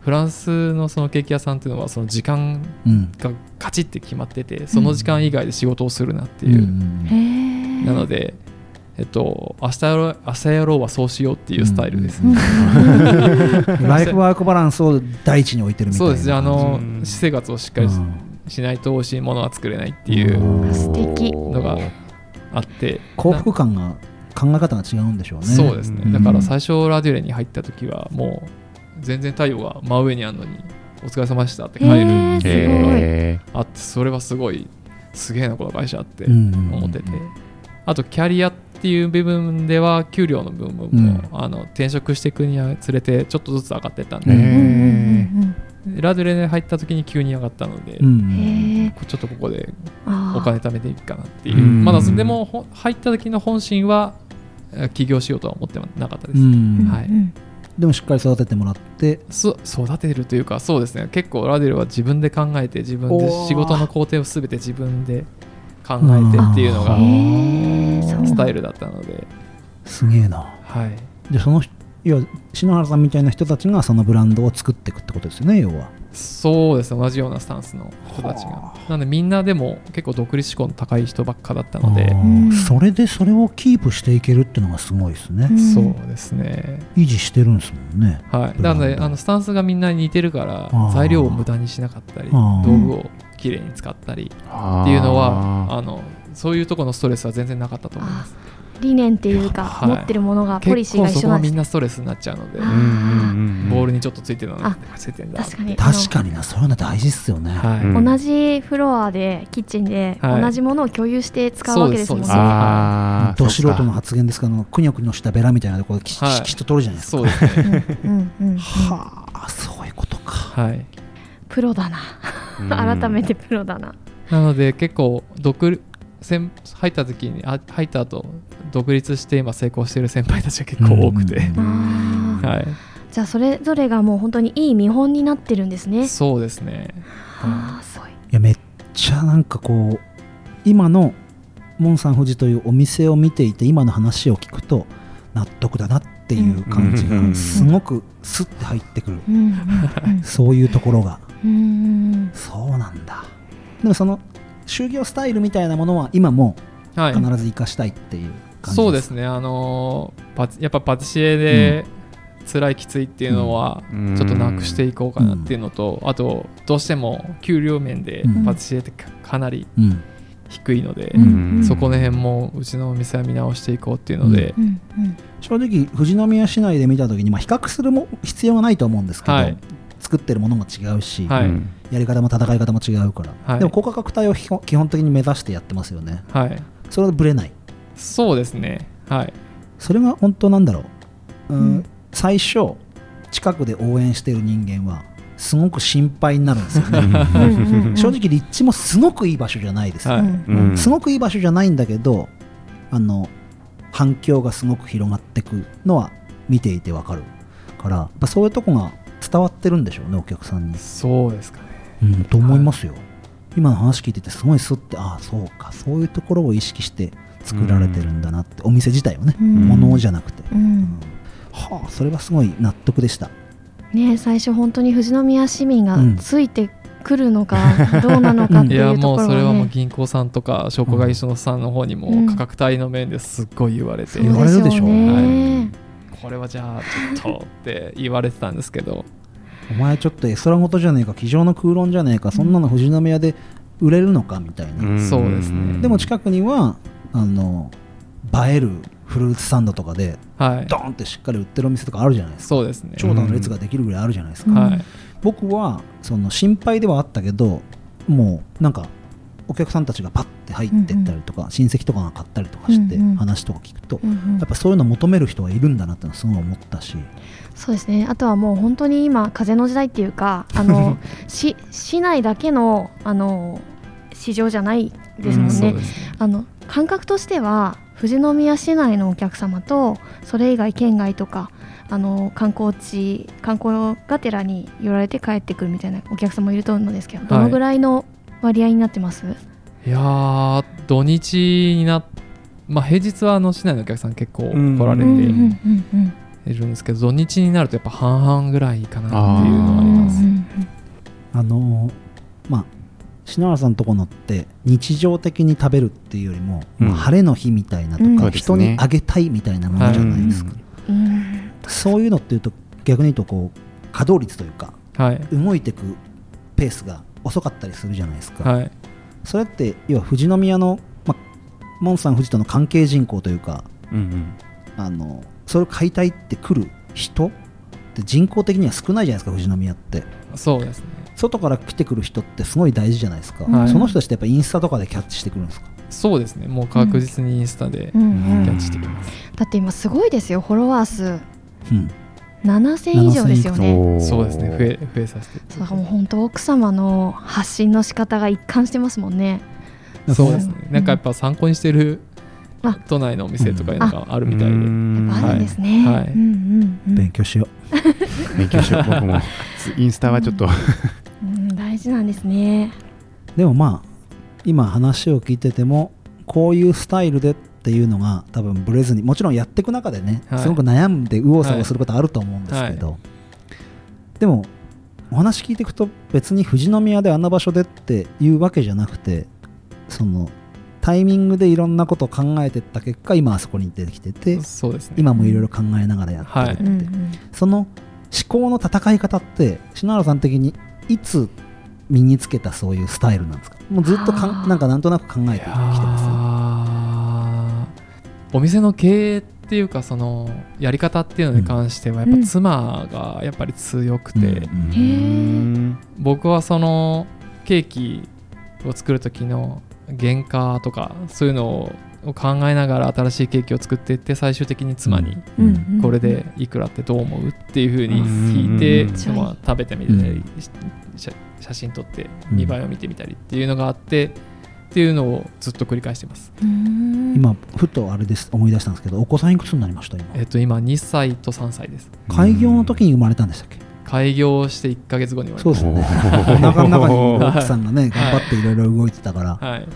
[SPEAKER 3] フランスのそのケーキ屋さんっていうのはその時間
[SPEAKER 2] うん
[SPEAKER 3] がカチッて決まっててその時間以外で仕事をするなっていう、
[SPEAKER 2] ん
[SPEAKER 4] へー
[SPEAKER 3] なので、えっと、明日やろう明日やろうはそうしようっていうスタイルです、
[SPEAKER 4] うん
[SPEAKER 2] うんライフワークバランスを第一に置いてるみたい
[SPEAKER 3] そう
[SPEAKER 2] な
[SPEAKER 3] ですねあの
[SPEAKER 1] うん
[SPEAKER 3] 私生活をしっかりし,、
[SPEAKER 2] うん
[SPEAKER 3] ないと美味しいものは作れないっていう
[SPEAKER 4] 素敵
[SPEAKER 3] のがあって
[SPEAKER 2] 幸福感が考え方が違うんでしょうね
[SPEAKER 3] そうですね、
[SPEAKER 2] うん
[SPEAKER 3] だから最初ラデュレに入った時はもう全然太陽が真上にあるのにお疲れ様でしたって帰
[SPEAKER 4] へ
[SPEAKER 3] る
[SPEAKER 4] ーすごい、
[SPEAKER 1] え
[SPEAKER 3] あってそれはすごいすげえなこの会社って
[SPEAKER 2] 思
[SPEAKER 3] 思ってて、あとキャリアっていう部分では給料の部分も、
[SPEAKER 2] うん
[SPEAKER 3] あの転職していくにつれてちょっとずつ上がってったん
[SPEAKER 1] ー
[SPEAKER 3] で、
[SPEAKER 2] うん
[SPEAKER 4] うんうん
[SPEAKER 1] え
[SPEAKER 3] ラデュレに入った時に急に上がったので、
[SPEAKER 2] う
[SPEAKER 4] うんうん
[SPEAKER 2] ん
[SPEAKER 4] へー
[SPEAKER 3] ちょっとここで
[SPEAKER 4] あー
[SPEAKER 3] お金貯めていくかなっていう、
[SPEAKER 1] うん
[SPEAKER 3] まだでもほん入った時の本心はえー起業しようとは思ってなかったです、
[SPEAKER 2] うん
[SPEAKER 3] はい
[SPEAKER 4] うん
[SPEAKER 2] でもしっかり育ててもらって
[SPEAKER 3] そ育てるというかそうですね結構ラデルは自分で考えて自分で
[SPEAKER 2] おー
[SPEAKER 3] 仕事の工程を全て自分で考えてっていうの
[SPEAKER 2] あ
[SPEAKER 3] が
[SPEAKER 4] へーそうなんだ
[SPEAKER 3] スタイルだったので、
[SPEAKER 2] すげえな
[SPEAKER 3] はい、
[SPEAKER 2] でその人いや篠原さんみたいな人たちがそのブランドを作っていくってことですよね要は
[SPEAKER 3] そうですね同じようなスタンスの人たち
[SPEAKER 2] は
[SPEAKER 3] がなのでみんなでも結構独立志向の高い人ばっかだったので
[SPEAKER 2] あー
[SPEAKER 4] うん
[SPEAKER 2] それでそれをキープしていけるっていうのがすごいですね
[SPEAKER 4] う、ん
[SPEAKER 3] そうですね
[SPEAKER 2] 維持してるんですもんね
[SPEAKER 3] はい、
[SPEAKER 2] ブラ
[SPEAKER 3] な
[SPEAKER 2] ンド
[SPEAKER 3] のであのスタンスがみんな似てるから
[SPEAKER 2] あー
[SPEAKER 3] 材料を無駄にしなかったり
[SPEAKER 2] あー
[SPEAKER 3] 道具をきれいに使ったりっていうのはあのそういうところのストレスは全然なかったと思います
[SPEAKER 4] 理念っていうか、
[SPEAKER 3] はい
[SPEAKER 4] 持ってるものがポリ
[SPEAKER 3] 結
[SPEAKER 4] シーが
[SPEAKER 3] 構
[SPEAKER 4] 一
[SPEAKER 3] そこ
[SPEAKER 4] 緒な
[SPEAKER 3] は
[SPEAKER 4] ん
[SPEAKER 3] み
[SPEAKER 4] で
[SPEAKER 3] ん
[SPEAKER 4] す
[SPEAKER 3] なストレスになっちゃうので、
[SPEAKER 4] あ
[SPEAKER 3] ボール
[SPEAKER 1] に
[SPEAKER 3] にちょっとついてるの
[SPEAKER 4] あ
[SPEAKER 3] なんてついてんだ
[SPEAKER 4] 確かに
[SPEAKER 2] 確かになそういうの大事っすよね、
[SPEAKER 3] はい、
[SPEAKER 1] うん
[SPEAKER 4] 同じフロアでキッチンで
[SPEAKER 3] はい
[SPEAKER 4] 同じものを共有して使うわけですもんね。
[SPEAKER 3] そうですそうです
[SPEAKER 1] ああ
[SPEAKER 2] ど素人の発言ですけどあのくにょくにょしたベラみたいなところき,、
[SPEAKER 3] はい
[SPEAKER 2] きっと取るじゃないですか
[SPEAKER 3] そうですね
[SPEAKER 4] うんうんうん
[SPEAKER 2] はあそういうことか
[SPEAKER 3] はい
[SPEAKER 4] プロだな。改めてプロだな。
[SPEAKER 3] なので結構独先入った時にあ入った後独立して今成功してる先輩たちが結構多くて、
[SPEAKER 2] うん
[SPEAKER 4] あー
[SPEAKER 3] はい
[SPEAKER 4] じゃあそれぞれがもう本当にいい見本になってるんですね。
[SPEAKER 3] そうですね
[SPEAKER 4] ああすごい。
[SPEAKER 2] いやめっちゃなんかこう今のモン・サン・フジというお店を見ていて今の話を聞くと納得だなっていう感じ
[SPEAKER 1] うん
[SPEAKER 2] がすごくスッて入ってくる、
[SPEAKER 4] うんうん
[SPEAKER 2] そういうところが
[SPEAKER 4] うんうん
[SPEAKER 2] そうなんだでもその就業スタイルみたいなものは今も
[SPEAKER 3] はい
[SPEAKER 2] 必ず生かしたいっていう感じ
[SPEAKER 3] そうですすねあのーパテやっぱパティシエで辛いきついっていうのは
[SPEAKER 1] うん
[SPEAKER 3] ちょっとなくしていこうかなっていうのと、あとどうしても給料面で
[SPEAKER 2] うん
[SPEAKER 3] パティシエってかかなり
[SPEAKER 2] うん
[SPEAKER 3] 低いので、
[SPEAKER 4] うん
[SPEAKER 3] そこの辺もうちのお店は見直していこうっていうので
[SPEAKER 4] う、んうん
[SPEAKER 2] 正直富士宮市内で見た時に、まあ、比較するも必要はないと思うんですけど、
[SPEAKER 3] はい
[SPEAKER 2] 作ってるものも違うし、
[SPEAKER 3] はい
[SPEAKER 2] やり方も戦い方も違うから、
[SPEAKER 3] はい
[SPEAKER 2] でも高価格帯を基本基本的に目指してやってますよね
[SPEAKER 3] はい
[SPEAKER 2] それはぶれない
[SPEAKER 3] そうですねはい
[SPEAKER 2] それが本当なんだろう、うん
[SPEAKER 4] うん
[SPEAKER 2] 最初近くで応援してる人間はすごく心配になるんですよね
[SPEAKER 4] うんうん
[SPEAKER 2] 正直立地もすごくいい場所じゃないですよ、
[SPEAKER 3] はい
[SPEAKER 1] うん
[SPEAKER 2] すごくいい場所じゃないんだけどあの反響がすごく広がってくのは見ていてわかるからやっぱそういうとこが伝わってるんでしょうねお客さんに、
[SPEAKER 3] そうですかね
[SPEAKER 2] うん、と思いますよ、今の話聞いててすごいすってああそうかそういうところを意識して作られてるんだなって、お店自体をね、
[SPEAKER 4] うん
[SPEAKER 2] 物じゃなくて、
[SPEAKER 4] う
[SPEAKER 2] うんんはあそれはすごい納得でした
[SPEAKER 4] ねえ最初本当に富士宮市民が
[SPEAKER 2] うん
[SPEAKER 4] ついて来るのかどうなのかって
[SPEAKER 3] い
[SPEAKER 4] い
[SPEAKER 3] や
[SPEAKER 4] うと
[SPEAKER 3] も
[SPEAKER 4] こ
[SPEAKER 3] う
[SPEAKER 4] ろ
[SPEAKER 3] それは
[SPEAKER 4] は
[SPEAKER 3] もう
[SPEAKER 4] ね。
[SPEAKER 3] 銀行さんとか証拠会社のさんの方に
[SPEAKER 4] う
[SPEAKER 3] も
[SPEAKER 4] ん
[SPEAKER 3] 価格帯の面ですっごい言われて、
[SPEAKER 2] 言われるでしょ
[SPEAKER 4] そうね
[SPEAKER 3] これはじゃあちょっとって言われてたんですけど
[SPEAKER 2] お前ちょっとエスラごとじゃねえか机上の空論じゃねえかそんなの富士宮で売れるのかみたいな、
[SPEAKER 1] ん
[SPEAKER 3] そうですね
[SPEAKER 1] うん
[SPEAKER 2] でも近くにはあの映えるフルーツサンドとかで
[SPEAKER 3] はい
[SPEAKER 2] ドーンってしっかり売ってるお店とかあるじゃないですか
[SPEAKER 3] そうですね
[SPEAKER 2] 長蛇の列ができるぐらいあるじゃないですか、
[SPEAKER 4] うん
[SPEAKER 3] はい
[SPEAKER 2] 僕はその心配ではあったけどもうなんかお客さんたちがパッて入ってったりとか、親戚とかが買ったりとかして
[SPEAKER 4] うんうん
[SPEAKER 2] 話とか聞くと、
[SPEAKER 4] うんうん
[SPEAKER 2] やっぱそういうの求める人がいるんだなってのはすごい思ったし、
[SPEAKER 4] そうですねあとはもう本当に今風の時代っていうかあ のし市内だけのあの市場じゃないですもん
[SPEAKER 3] うん
[SPEAKER 4] ね
[SPEAKER 3] そうですね
[SPEAKER 4] あの感覚としては富士宮市内のお客様とそれ以外県外とかあの観光地観光がてらに寄られて帰ってくるみたいなお客様もいると思うんですけどどのぐらいの割合になってます、
[SPEAKER 3] いやー土日になっまあ平日はあの市内のお客さん結構
[SPEAKER 1] うん
[SPEAKER 3] 来られ
[SPEAKER 4] うんうん
[SPEAKER 3] て
[SPEAKER 4] うんうん
[SPEAKER 3] いるんですけど土日になるとやっぱ半々ぐらいかなっていうのはあり
[SPEAKER 1] あ
[SPEAKER 3] ま
[SPEAKER 1] ー
[SPEAKER 3] す
[SPEAKER 2] あのーまあ篠原さんのとこのって日常的に食べるっていうよりも、
[SPEAKER 1] うん
[SPEAKER 2] まあ晴れの日みたいなとか、
[SPEAKER 4] うんそう
[SPEAKER 1] です
[SPEAKER 2] 人
[SPEAKER 1] ね
[SPEAKER 2] にあげたいみたいなものじゃないですか、
[SPEAKER 1] はい
[SPEAKER 4] うんうん
[SPEAKER 2] そういうのっていうと逆に言うとこう稼働率というか
[SPEAKER 3] はい
[SPEAKER 2] 動いてくペースが遅かったりするじゃないですか、
[SPEAKER 3] はい
[SPEAKER 2] それって要は富士宮の、まあ、モンさん富士との関係人口というか
[SPEAKER 1] うん
[SPEAKER 2] あのそれを買いたいって来る人って人口的には少ないじゃないですか富士宮って
[SPEAKER 3] そうですね
[SPEAKER 2] 外から来てくる人ってすごい大事じゃないですか、
[SPEAKER 4] はい
[SPEAKER 2] その人たちってやっぱインスタとかでキャッチしてくるんですか
[SPEAKER 3] そうですねもう確実にインスタで
[SPEAKER 4] うんう
[SPEAKER 3] キ
[SPEAKER 4] ん
[SPEAKER 3] ャッチしてきます、
[SPEAKER 4] だって今すごいですよフォロワー数
[SPEAKER 2] うん
[SPEAKER 4] 7000以上ですよ
[SPEAKER 1] う
[SPEAKER 4] ね。
[SPEAKER 1] ん
[SPEAKER 3] そうですね増え増えさせていた
[SPEAKER 4] そう
[SPEAKER 3] だい
[SPEAKER 4] だ
[SPEAKER 3] て
[SPEAKER 4] からもう本当奥様の発信の仕方が一貫してますもんね。
[SPEAKER 3] そうですね
[SPEAKER 4] う。ん
[SPEAKER 3] なんかやっぱ参考にしてる
[SPEAKER 4] あ
[SPEAKER 3] 都内のお店とかいうのがあるみたいで。
[SPEAKER 4] やっぱあるんですね。
[SPEAKER 3] はいはい
[SPEAKER 4] うんうんうん
[SPEAKER 2] 勉強しよ
[SPEAKER 1] 勉強しよう僕もインスタはちょっと
[SPEAKER 4] うん大事なんですね。
[SPEAKER 2] うでもまあ今話を聞いててもこういうスタイルでっていうのが多分ブレずにもちろんやっていく中でね、
[SPEAKER 3] はい
[SPEAKER 2] すごく悩んで右往左往することあると思うんですけど、でもお話聞いていくと別に富士宮であんな場所でっていうわけじゃなくてそのタイミングでいろんなことを考えてった結果今あそこに出てきてて
[SPEAKER 3] そうですね。
[SPEAKER 2] 今もいろいろ考えながらやってるって、
[SPEAKER 4] うんうん
[SPEAKER 2] その思考の戦い方って篠原さん的にいつ身につけたそういうスタイルなんですかもうずっとか
[SPEAKER 4] あ
[SPEAKER 2] ん
[SPEAKER 4] ー
[SPEAKER 2] なんかなんとなく考えてきてま
[SPEAKER 3] あーお店の経営っていうかそのやり方っていうのに関してはやっぱ妻がやっぱり強く
[SPEAKER 2] す
[SPEAKER 3] て、
[SPEAKER 2] ねうん
[SPEAKER 4] へー
[SPEAKER 3] 僕はそのケーキを作る時の原価とかそういうのを考えながら新しいケーキを作っていって最終的に妻に
[SPEAKER 4] うん
[SPEAKER 2] うん
[SPEAKER 4] うん
[SPEAKER 3] これでいくらってどう思うっていうふうに聞いて、
[SPEAKER 1] うん
[SPEAKER 3] まあ、食べてみたり、し写写真撮って
[SPEAKER 2] うん
[SPEAKER 3] 見栄えを見てみたりっていうのがあって、っていうのをずっと繰り返してます
[SPEAKER 4] うん
[SPEAKER 2] 今ふとあれです思い出したんですけどお子さんいくつになりました今
[SPEAKER 3] えっと今2歳と3歳です
[SPEAKER 2] 開業の時に生まれたんでしたっけ
[SPEAKER 3] 開業して1か月後に生まれ
[SPEAKER 2] そう
[SPEAKER 3] ま
[SPEAKER 2] で
[SPEAKER 3] し
[SPEAKER 2] すよね
[SPEAKER 1] お
[SPEAKER 2] お
[SPEAKER 1] ー
[SPEAKER 2] 腹の中にいる奥さんがね
[SPEAKER 3] はい
[SPEAKER 2] 頑張っていろいろ動いてたから
[SPEAKER 3] たはい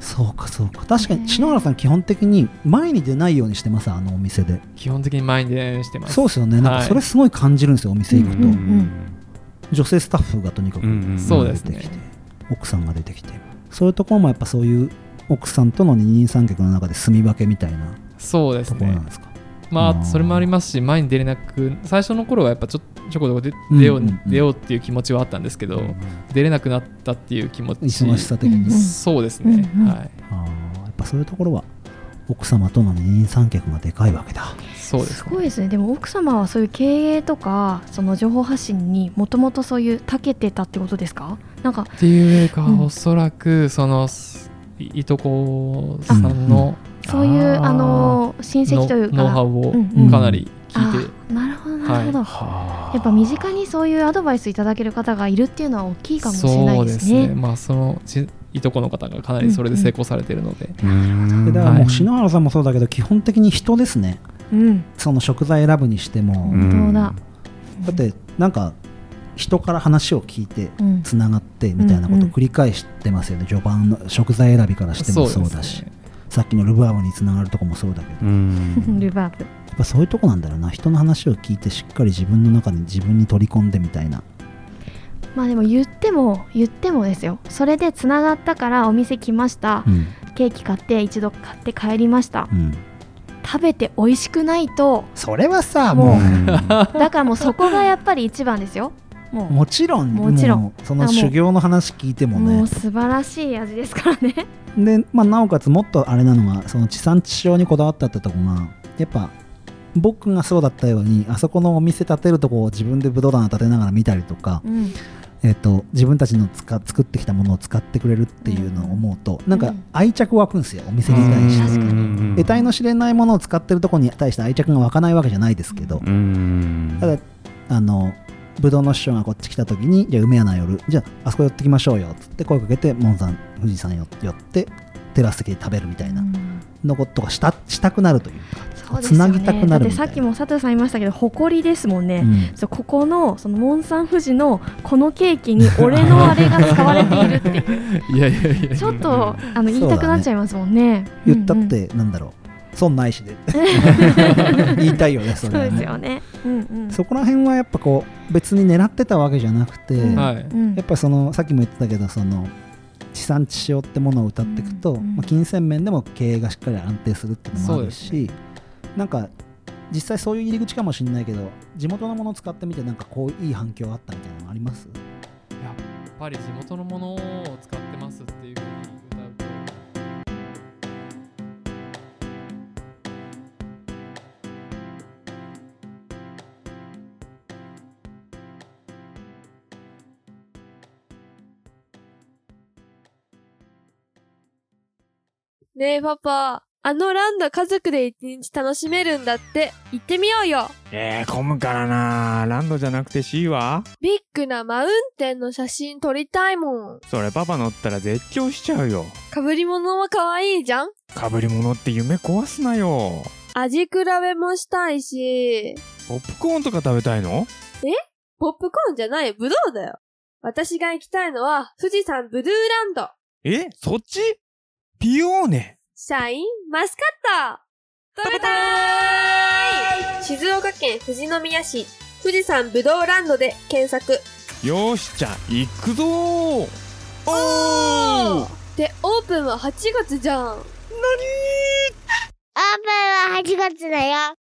[SPEAKER 2] そうかそうか確か
[SPEAKER 4] ね
[SPEAKER 2] に篠原さん基本的に前に出ないようにしてますあのお店で
[SPEAKER 3] 基本的に毎年してます
[SPEAKER 2] そうですよねなん
[SPEAKER 3] は
[SPEAKER 2] か
[SPEAKER 3] い
[SPEAKER 2] それすごい感じるんですよお店行く
[SPEAKER 4] う
[SPEAKER 2] と
[SPEAKER 4] ん
[SPEAKER 2] 女性スタッフがとにかく
[SPEAKER 3] そうです
[SPEAKER 2] 出て
[SPEAKER 3] ね
[SPEAKER 2] きて奥さんが出てきてそういうところもやっぱそういう奥さんとの二人三脚の中で住み分けみたいな
[SPEAKER 3] そうです
[SPEAKER 2] ところな
[SPEAKER 3] ね
[SPEAKER 2] んですか
[SPEAKER 3] ま
[SPEAKER 2] あー
[SPEAKER 3] あそれもありますし前に出れなく最初の頃はやっぱちょちょこちょこ出
[SPEAKER 2] うん
[SPEAKER 3] 出よう,、
[SPEAKER 2] うんうん
[SPEAKER 3] 出ようっていう気持ちはあったんですけど、出れなくなったっていう気持ち
[SPEAKER 2] 忙しさ的
[SPEAKER 4] うん
[SPEAKER 2] に
[SPEAKER 3] そうですね、
[SPEAKER 4] うんうん
[SPEAKER 3] はい
[SPEAKER 2] あーやっぱそういうところは奥様との二人三脚がでかいわけだ
[SPEAKER 3] そうです
[SPEAKER 4] すごいですねでも奥様はそういう経営とかその情報発信にもともとそういう長けてたってことですかなんか
[SPEAKER 3] っていうよりか、
[SPEAKER 4] うん
[SPEAKER 3] おそらくそのすいいとこさんの
[SPEAKER 4] そういう
[SPEAKER 1] あー
[SPEAKER 4] あの親戚というか
[SPEAKER 3] ノウハウを
[SPEAKER 4] うん
[SPEAKER 2] うん
[SPEAKER 3] かなり聞いて、
[SPEAKER 4] あなるほどなるほど、
[SPEAKER 1] はあ
[SPEAKER 4] やっぱ身近にそういうアドバイスいただける方がいるっていうのは大きいかもしれないです
[SPEAKER 3] そう
[SPEAKER 4] ね。
[SPEAKER 3] まあそのちいとこの方がかなりそれで成功されているので、
[SPEAKER 1] うん
[SPEAKER 2] でだからも
[SPEAKER 3] は
[SPEAKER 2] う
[SPEAKER 3] い
[SPEAKER 2] 篠原さんもそうだけど基本的に人ですね
[SPEAKER 4] うん、
[SPEAKER 2] その食材選ぶにしても、
[SPEAKER 4] うん本当だ
[SPEAKER 2] だってなんか人から話を聞いて
[SPEAKER 4] うん
[SPEAKER 2] つながってみたいなことを繰り返してますよね、序盤の食材選びからしてもそうだし、
[SPEAKER 3] ですね
[SPEAKER 2] さっきのルバーブにつながるとこもそうだけど、
[SPEAKER 1] う
[SPEAKER 4] ル
[SPEAKER 1] ん
[SPEAKER 4] バーブ。
[SPEAKER 2] やっぱそういうとこなんだろうな人の話を聞いてしっかり自分の中に自分に取り込んでみたいな
[SPEAKER 4] まあでも言っても言ってもですよそれでつながったからお店来ました
[SPEAKER 2] うん
[SPEAKER 4] ケーキ買って一度買って帰りました
[SPEAKER 2] うん、
[SPEAKER 4] 食べて美味しくない と
[SPEAKER 2] それはさも
[SPEAKER 4] もう
[SPEAKER 2] う、
[SPEAKER 4] だからもうそこがやっぱり一番ですよもう
[SPEAKER 2] もちろん
[SPEAKER 4] もちろん
[SPEAKER 2] うその修行の話聞いても
[SPEAKER 4] もう
[SPEAKER 2] ね
[SPEAKER 4] 素晴らしい味ですからね
[SPEAKER 2] で、まあ、なおかつもっとあれなのはその地産地消にこだわったってとこがやっぱ僕がそうだったようにあそこのお店建てるとこを自分でブドウ棚建てながら見たりとか、
[SPEAKER 4] うん
[SPEAKER 2] えっと自分たちの使作ってきたものを使ってくれるっていうのを思うと、なん
[SPEAKER 4] う
[SPEAKER 2] か
[SPEAKER 4] ん
[SPEAKER 2] 愛着湧くんですよお店に対して
[SPEAKER 4] 確かに
[SPEAKER 1] に
[SPEAKER 2] 得体の知れないものを使ってるとこに対して愛着が湧かないわけじゃないですけど、
[SPEAKER 1] うん
[SPEAKER 2] ただあのぶどうの師匠がこっち来た時にじゃあ梅屋な夜じゃああそこ寄ってきましょうよっつって声かけて門山富士山よ寄ってテラス席で食べるみたいなのことがしたしたくなるというか、
[SPEAKER 4] そうですよ
[SPEAKER 2] 繋ぎたくなるみたいな
[SPEAKER 4] ねだってさっきも佐藤さん言いましたけど誇りですもんね、
[SPEAKER 2] うん
[SPEAKER 4] そうここのそのモンサンフジのこのケーキに俺のあれが使われているって いう
[SPEAKER 3] いやいやいや
[SPEAKER 4] ちょっとあの言いたくなっちゃいますもんね
[SPEAKER 2] 言った
[SPEAKER 4] うんう
[SPEAKER 2] っ
[SPEAKER 4] ん
[SPEAKER 2] てなんだろう損ない しで言いたいよねそ
[SPEAKER 4] そう
[SPEAKER 2] れは
[SPEAKER 4] です
[SPEAKER 2] ね
[SPEAKER 4] よねうんうん
[SPEAKER 2] そこら辺はやっぱこう別に狙ってたわけじゃなくて、
[SPEAKER 4] うん
[SPEAKER 3] はい
[SPEAKER 4] うん
[SPEAKER 2] やっぱそのさっきも言ってたけどその地産地消ってものを歌っていくと、
[SPEAKER 4] うん
[SPEAKER 2] まあ、金銭面でも経営がしっかり安定するっていうのもあるし、なんか実際そういう入り口かもしれないけど地元のものを使ってみてなんかこういい反響あったみたいなのあります
[SPEAKER 3] やっぱり地元のものを使ってますっていうふうに歌うと
[SPEAKER 5] ねえパパ、あのランド家族で一日楽しめるんだって、行ってみようよ
[SPEAKER 6] えー、混むからなランドじゃなくて C は
[SPEAKER 5] ビッグなマウンテンの写真撮りたいもん。
[SPEAKER 6] それパパ乗ったら絶叫しちゃうよ。
[SPEAKER 5] 被り物も可愛いじゃん
[SPEAKER 6] 被り物って夢壊すなよ。
[SPEAKER 5] 味比べもしたいし、
[SPEAKER 6] ポップコーンとか食べたいの
[SPEAKER 5] ポップコーンじゃない、ブドウだよ。私が行きたいのは、富士山ブルーランド、
[SPEAKER 6] えそっちピオーネ。
[SPEAKER 5] シャインマスカット食べたーい静岡県富士宮市、富士山ブドウランドで検索。
[SPEAKER 6] よーし、じゃあ、行くぞーおー
[SPEAKER 5] で、オープンは8月じゃん。
[SPEAKER 7] オープンは8月だよ。